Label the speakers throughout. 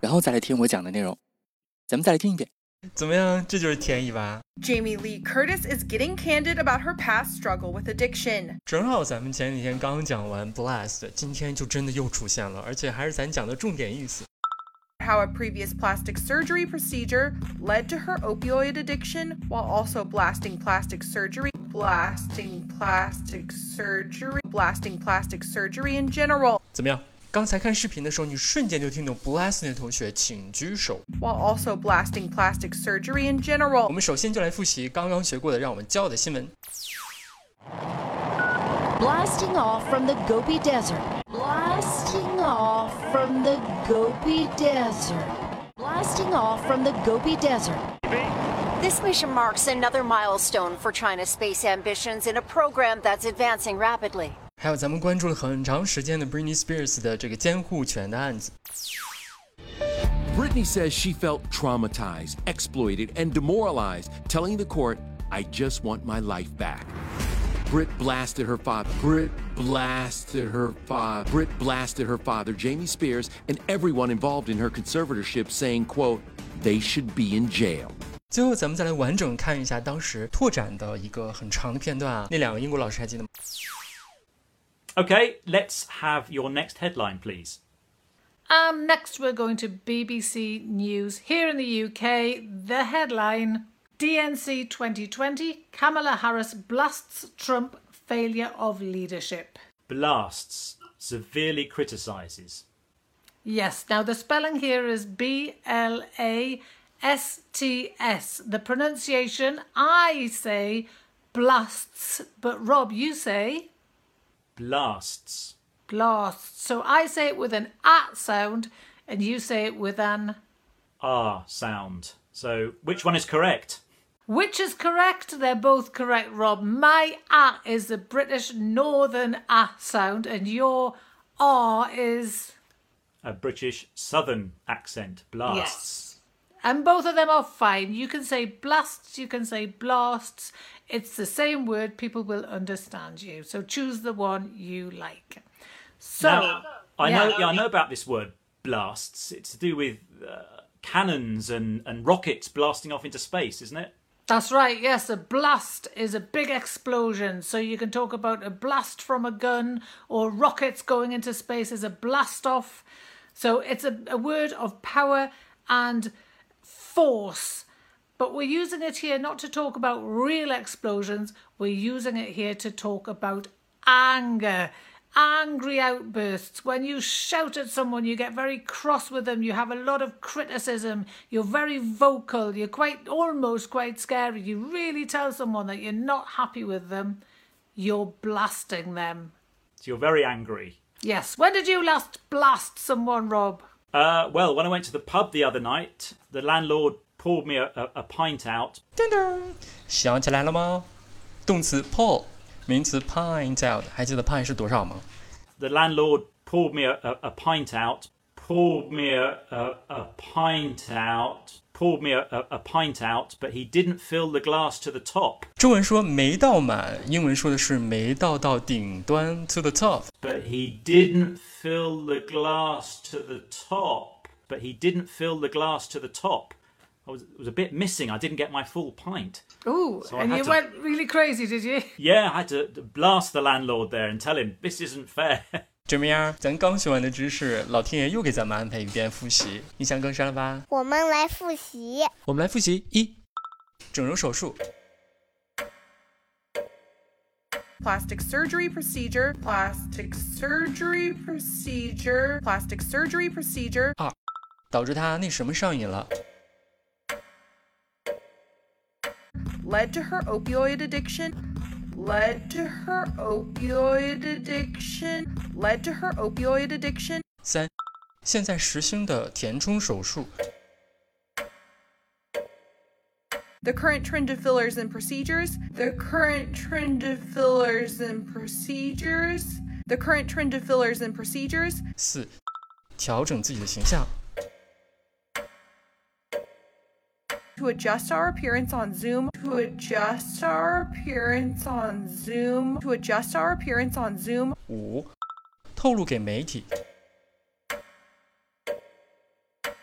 Speaker 1: 然后再来听我讲的内容。咱们再来听一遍。
Speaker 2: 怎么样？这就是天意吧？
Speaker 3: Jamie Lee Curtis is getting candid about her past struggle with addiction.
Speaker 2: 正好咱们前几天刚讲完 blast，今天就真的又出现了，而且还是咱讲的重点意思。
Speaker 3: How a previous plastic surgery procedure led to her opioid addiction while also blasting plastic surgery, blasting plastic surgery, blasting plastic surgery in general,
Speaker 2: 怎么样？刚才看视频的时候，你瞬间就听懂 blast 的同学请举手。
Speaker 3: while also blasting plastic surgery in
Speaker 2: 我
Speaker 3: general.
Speaker 2: 们首先就来复习刚刚学过的让我们骄傲的新闻。
Speaker 4: Blasting off from the Gobi Desert. Blasting off from the Gobi Desert. Blasting off from the Gobi Desert.
Speaker 5: This mission marks another milestone for China's space ambitions in a program that's advancing rapidly.
Speaker 2: 还有咱们关注了很长时间的 Britney Spears 的这个监护权的案子。
Speaker 6: Brittany says she felt traumatized, exploited, and demoralized, telling the court, I just want my life back. Britt blasted her father. Britt blasted her father. Britt blasted her father, Jamie Spears, and everyone involved in her conservatorship, saying, quote, they should be in jail.
Speaker 2: 最后，咱们再来完整看一下当时拓展的一个很长的片段啊。那两个英国老师还记得吗？
Speaker 7: Okay, let's have your next headline, please.
Speaker 8: And Um, next, we're going to BBC News here in the UK. The headline DNC 2020 Kamala Harris blasts Trump failure of leadership.
Speaker 7: Blasts, severely criticises.
Speaker 8: Yes, now the spelling here is B L A S T S. The pronunciation, I say blasts, but Rob, you say
Speaker 7: Blasts.
Speaker 8: blasts. So I say it with an at sound and you say it with an.
Speaker 7: Ah, sound. So, which one is correct?
Speaker 8: Which is correct? They're both correct, Rob. My ah is the British northern ah sound, and your ah is.
Speaker 7: A British southern accent. Blasts.
Speaker 8: And both of them are fine. You can say blasts, you can say blasts. It's the same word, people will understand you. So choose the one you like. So,
Speaker 7: Now, I know.
Speaker 8: yeah.
Speaker 7: Yeah, I know about this word blasts. It's to do with uh, cannons and and rockets blasting off into space, isn't it?
Speaker 8: That's right, yes, a blast is a big explosion. So you can talk about a blast from a gun or rockets going into space is a blast off. So it's a, a word of power and force. But we're using it here not to talk about real explosions, we're using it here to talk about anger. Angry outbursts. When you shout at someone, you get very cross with them, you have a lot of criticism, you're very vocal, you're quite almost quite scary. You really tell someone that you're not happy with them, you're blasting them.
Speaker 7: So you're very angry.
Speaker 8: Yes. When did you last blast someone, Rob?
Speaker 7: Uh, well, when I went to the pub the other night, the landlord poured me a, a, a pint out.
Speaker 2: 噔噔，想起来了吗？动词 pull，名词 pint out，还记得 pint 是多少吗？
Speaker 7: The landlord poured me a, a, a pint out. Poured me a, a, a pint out. Poured me a, a, a pint out, but he didn't fill the glass to the top.
Speaker 2: 中文说没倒满，英文说的是没倒到顶端 to the top。
Speaker 7: But he didn't fill the glass to the top. But he didn't fill the glass to the top. I was, it was a bit missing. I didn't get my full pint.
Speaker 8: Ooh,
Speaker 7: So I
Speaker 8: and
Speaker 7: had
Speaker 8: you
Speaker 7: to-
Speaker 8: went really crazy, did you?
Speaker 7: Yeah, I had to blast the landlord there and tell him this isn't fair.
Speaker 2: 怎么样？咱刚学完的知识，老天爷又给咱们安排一遍复习，印象更深了吧？
Speaker 9: 我们来复习
Speaker 2: 我们来复习一，整容手术；
Speaker 3: Plastic surgery procedure, plastic surgery procedure, plastic surgery procedure,
Speaker 2: 二，导致他那什么上瘾了；
Speaker 3: led to her opioid addiction, led to her opioid addiction, led to her opioid addiction,
Speaker 2: 三，现在实行的填充手术
Speaker 3: The current trend of fillers and procedures. The current trend of fillers and procedures. The current trend of fillers and procedures.
Speaker 2: 四，调整自己的形象。
Speaker 3: to adjust our appearance on Zoom, to adjust our appearance on Zoom, to adjust our appearance on Zoom,
Speaker 2: 五，透露给媒体。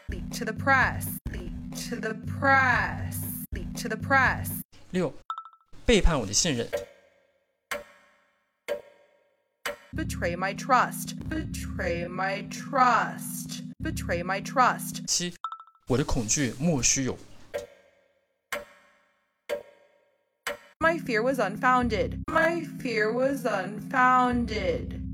Speaker 3: leak to the press, leak to the press, leak to the press,
Speaker 2: 六，背叛我的信任。
Speaker 3: betray my trust, betray my trust, betray my trust,
Speaker 2: 七，我的恐惧莫须有。
Speaker 3: My fear was unfounded. My fear was unfounded.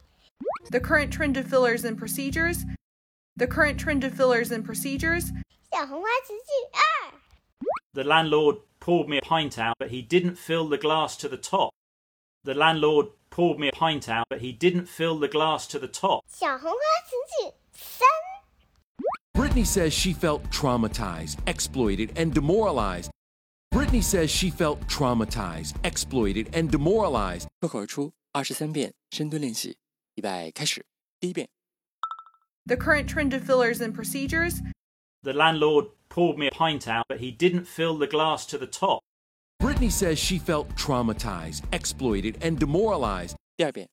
Speaker 3: The current trend of fillers and procedures. The current trend of fillers and procedures.
Speaker 10: 小红花词句二，
Speaker 7: The landlord poured me a pint out, but he didn't fill the glass to the top. The landlord poured me a pint out, but he didn't fill the glass to the top.
Speaker 10: 小红花词句三，
Speaker 6: Brittany says she felt traumatized, exploited, and demoralized. Brittany says she felt traumatized, exploited, and demoralized.
Speaker 1: 脱口而出二十三遍深蹲练习，预备开始。第一遍，
Speaker 3: The current trend of fillers and procedures.
Speaker 7: The landlord poured me a pint out, but he didn't fill the glass to the top.
Speaker 6: Brittany says she felt traumatized, exploited, and demoralized.
Speaker 1: 第二遍，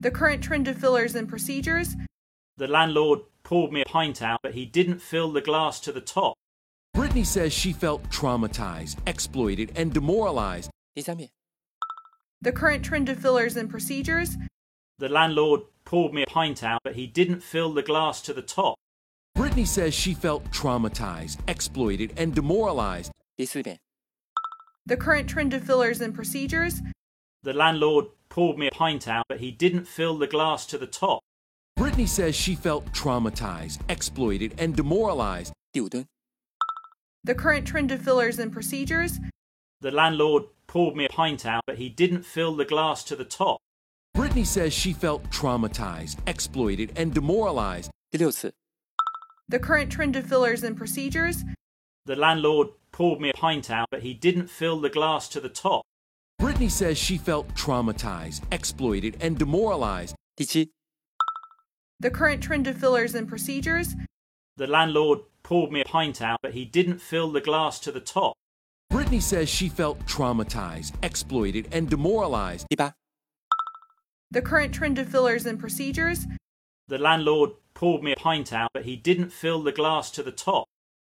Speaker 3: The current trend of fillers and procedures.
Speaker 7: The landlord poured me a pint out, but he didn't fill the glass to the top.
Speaker 6: Brittany says she felt traumatized, exploited, and demoralized.
Speaker 1: 第三遍，
Speaker 3: The current trend of fillers and procedures.
Speaker 7: The landlord poured me a pint out, but he didn't fill the glass to the top.
Speaker 6: Brittany says she felt traumatized, exploited, and demoralized.
Speaker 1: 第四遍，
Speaker 3: The current trend of fillers and procedures.
Speaker 7: The landlord poured me a pint out, but he didn't fill the glass to the top.
Speaker 6: Brittany says she felt traumatized, exploited, and demoralized.
Speaker 1: 第五蹲，
Speaker 3: The current trend of fillers and procedures.
Speaker 7: The landlord poured me a pint out, but he didn't fill the glass to the top.
Speaker 6: Brittany says she felt traumatized, exploited, and demoralized.
Speaker 1: 第六次，
Speaker 3: The current trend of fillers and procedures.
Speaker 7: The landlord poured me a pint out, but he didn't fill the glass to the top.
Speaker 6: Brittany says she felt traumatized, exploited, and demoralized.
Speaker 1: 第七，
Speaker 3: The current trend of fillers and procedures.
Speaker 7: The landlord poured me a pint out, but he didn't fill the glass to the top.
Speaker 6: Brittany says she felt traumatized, exploited, and demoralized.
Speaker 1: 第八，
Speaker 3: The current trend of fillers and procedures.
Speaker 7: The landlord poured me a pint out, but he didn't fill the glass to the top.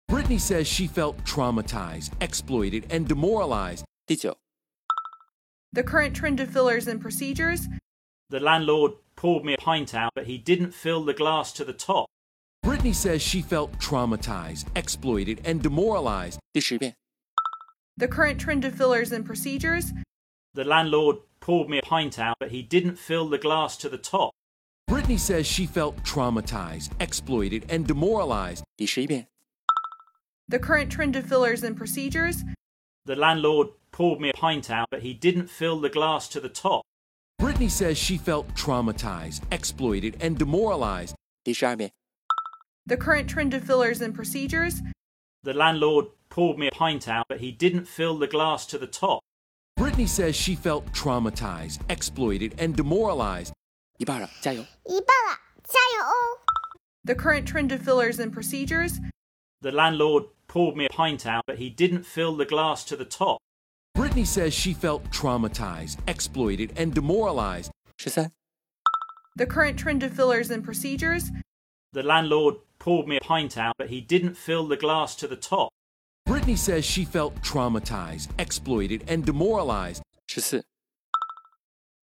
Speaker 6: Brittany says she felt traumatized, exploited, and demoralized.
Speaker 1: 第九，
Speaker 3: The current trend of fillers and procedures.
Speaker 7: The landlord poured me a pint out, but he didn't fill the glass to the top.
Speaker 6: Brittany says she felt traumatized, exploited, and demoralized.
Speaker 1: 第十遍，
Speaker 3: The current trend of fillers and procedures.
Speaker 7: The landlord poured me a pint out, but he didn't fill the glass to the top.
Speaker 6: Brittany says she felt traumatized, exploited, and demoralized.
Speaker 1: 第十一遍，
Speaker 3: The current trend of fillers and procedures.
Speaker 7: The landlord poured me a pint out, but he didn't fill the glass to the top.
Speaker 6: Brittany says she felt traumatized, exploited, and demoralized.
Speaker 1: 第十二遍，
Speaker 3: The current trend of fillers and procedures.
Speaker 7: The landlord poured me a pint out, but he didn't fill the glass to the top.
Speaker 6: Brittany says she felt traumatized, exploited, and demoralized.
Speaker 1: 一半了，加油！
Speaker 10: 一半了，加油哦！
Speaker 3: The current trend of fillers and procedures.
Speaker 7: The landlord poured me a pint out, but he didn't fill the glass to the top.
Speaker 6: Brittany says she felt traumatized, exploited, and demoralized.
Speaker 1: 十三、
Speaker 3: The current trend of fillers and procedures.
Speaker 7: The landlord poured me a pint out, but he didn't fill the glass to the top.
Speaker 6: Brittany says she felt traumatized, exploited, and demoralized.
Speaker 1: 十四、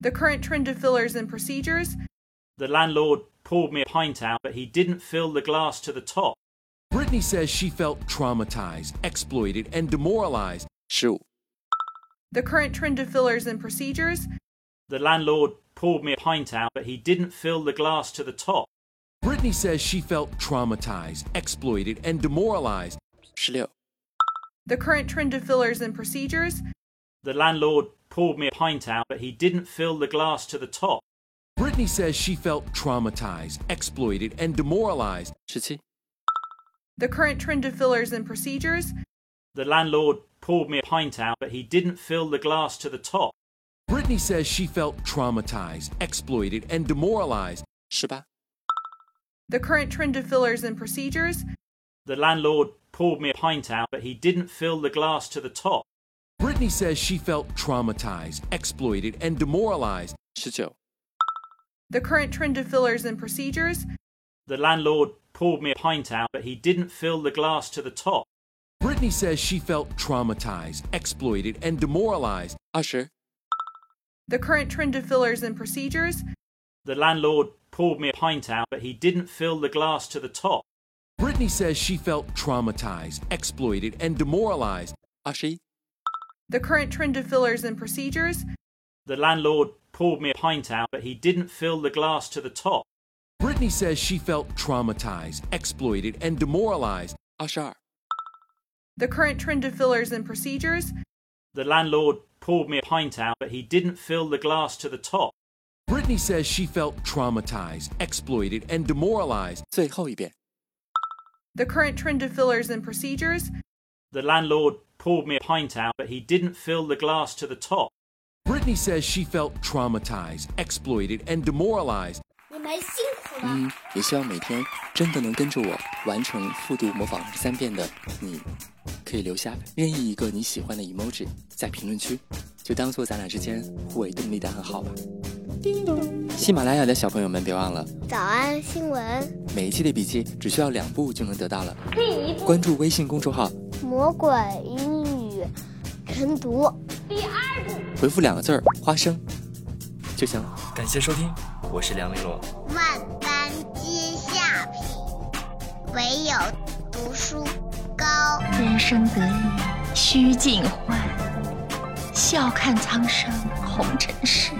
Speaker 3: The current trend of fillers and procedures.
Speaker 7: The landlord poured me a pint out, but he didn't fill the glass to the top.
Speaker 6: Brittany says she felt traumatized, exploited, and demoralized.
Speaker 1: 十五、
Speaker 3: The current trend of fillers and procedures
Speaker 7: The landlord poured me a pint out, but he didn't fill the glass to the top.
Speaker 6: Brittany says she felt traumatized, exploited, and demoralized.
Speaker 1: 十六、
Speaker 3: The current trend of fillers and procedures
Speaker 7: The landlord poured me a pint out, but he didn't fill the glass to the top.
Speaker 6: Brittany says she felt traumatized, exploited, and demoralized.
Speaker 1: 十七、
Speaker 3: The current trend of fillers and procedures
Speaker 7: The landlord poured me a pint out, but he didn't fill the glass to the top.
Speaker 6: Brittany says she felt traumatized, exploited, and demoralized.
Speaker 1: 十八、
Speaker 3: The current trend of fillers and procedures
Speaker 7: The landlord poured me a pint out, but he didn't fill the glass to the top.
Speaker 6: Brittany says she felt traumatized, exploited, and demoralized.
Speaker 1: 十九、
Speaker 3: The current trend of fillers and procedures
Speaker 7: The landlord poured me a pint out, but he didn't fill the glass to the top.
Speaker 6: Brittany says she felt traumatized, exploited, and demoralized.
Speaker 1: 二十、
Speaker 3: The current trend of fillers and procedures
Speaker 7: The landlord poured me a pint out, but he didn't fill the glass to the top.
Speaker 6: Brittany says she felt traumatized, exploited, and demoralized.
Speaker 1: 二十一、
Speaker 3: The current trend of fillers and procedures
Speaker 7: The landlord poured me a pint out, but he didn't fill the glass to the top.
Speaker 6: Brittany says she felt traumatized, exploited, and demoralized.
Speaker 1: 二十二、
Speaker 3: The current trend of fillers and procedures
Speaker 7: The landlord poured me a pint out, but he didn't fill the glass to the top.
Speaker 6: Brittany says she felt traumatized, exploited, and demoralized.
Speaker 1: 最后一遍。
Speaker 3: The current trend of fillers and procedures
Speaker 7: The landlord poured me a pint out, but he didn't fill the glass to the top.
Speaker 6: Brittany says she felt traumatized, exploited, and demoralized.
Speaker 10: 你们辛苦了。
Speaker 1: 嗯，也希望每天真的能跟着我完成复读模仿三遍的你，可以留下任意一个你喜欢的 emoji 在评论区，就当做咱俩之间互为动力的暗号吧。叮咚！喜马拉雅的小朋友们，别忘了
Speaker 9: 早安新闻，
Speaker 1: 每一期的笔记只需要两步就能得到了。关注微信公众号，
Speaker 9: 魔鬼英语晨读。
Speaker 1: 回复两个字儿“花生”就行了。感谢收听，我是梁丽罗。
Speaker 10: 万般皆下品，唯有读书高。
Speaker 11: 人生得意须尽欢，笑看苍生红尘事。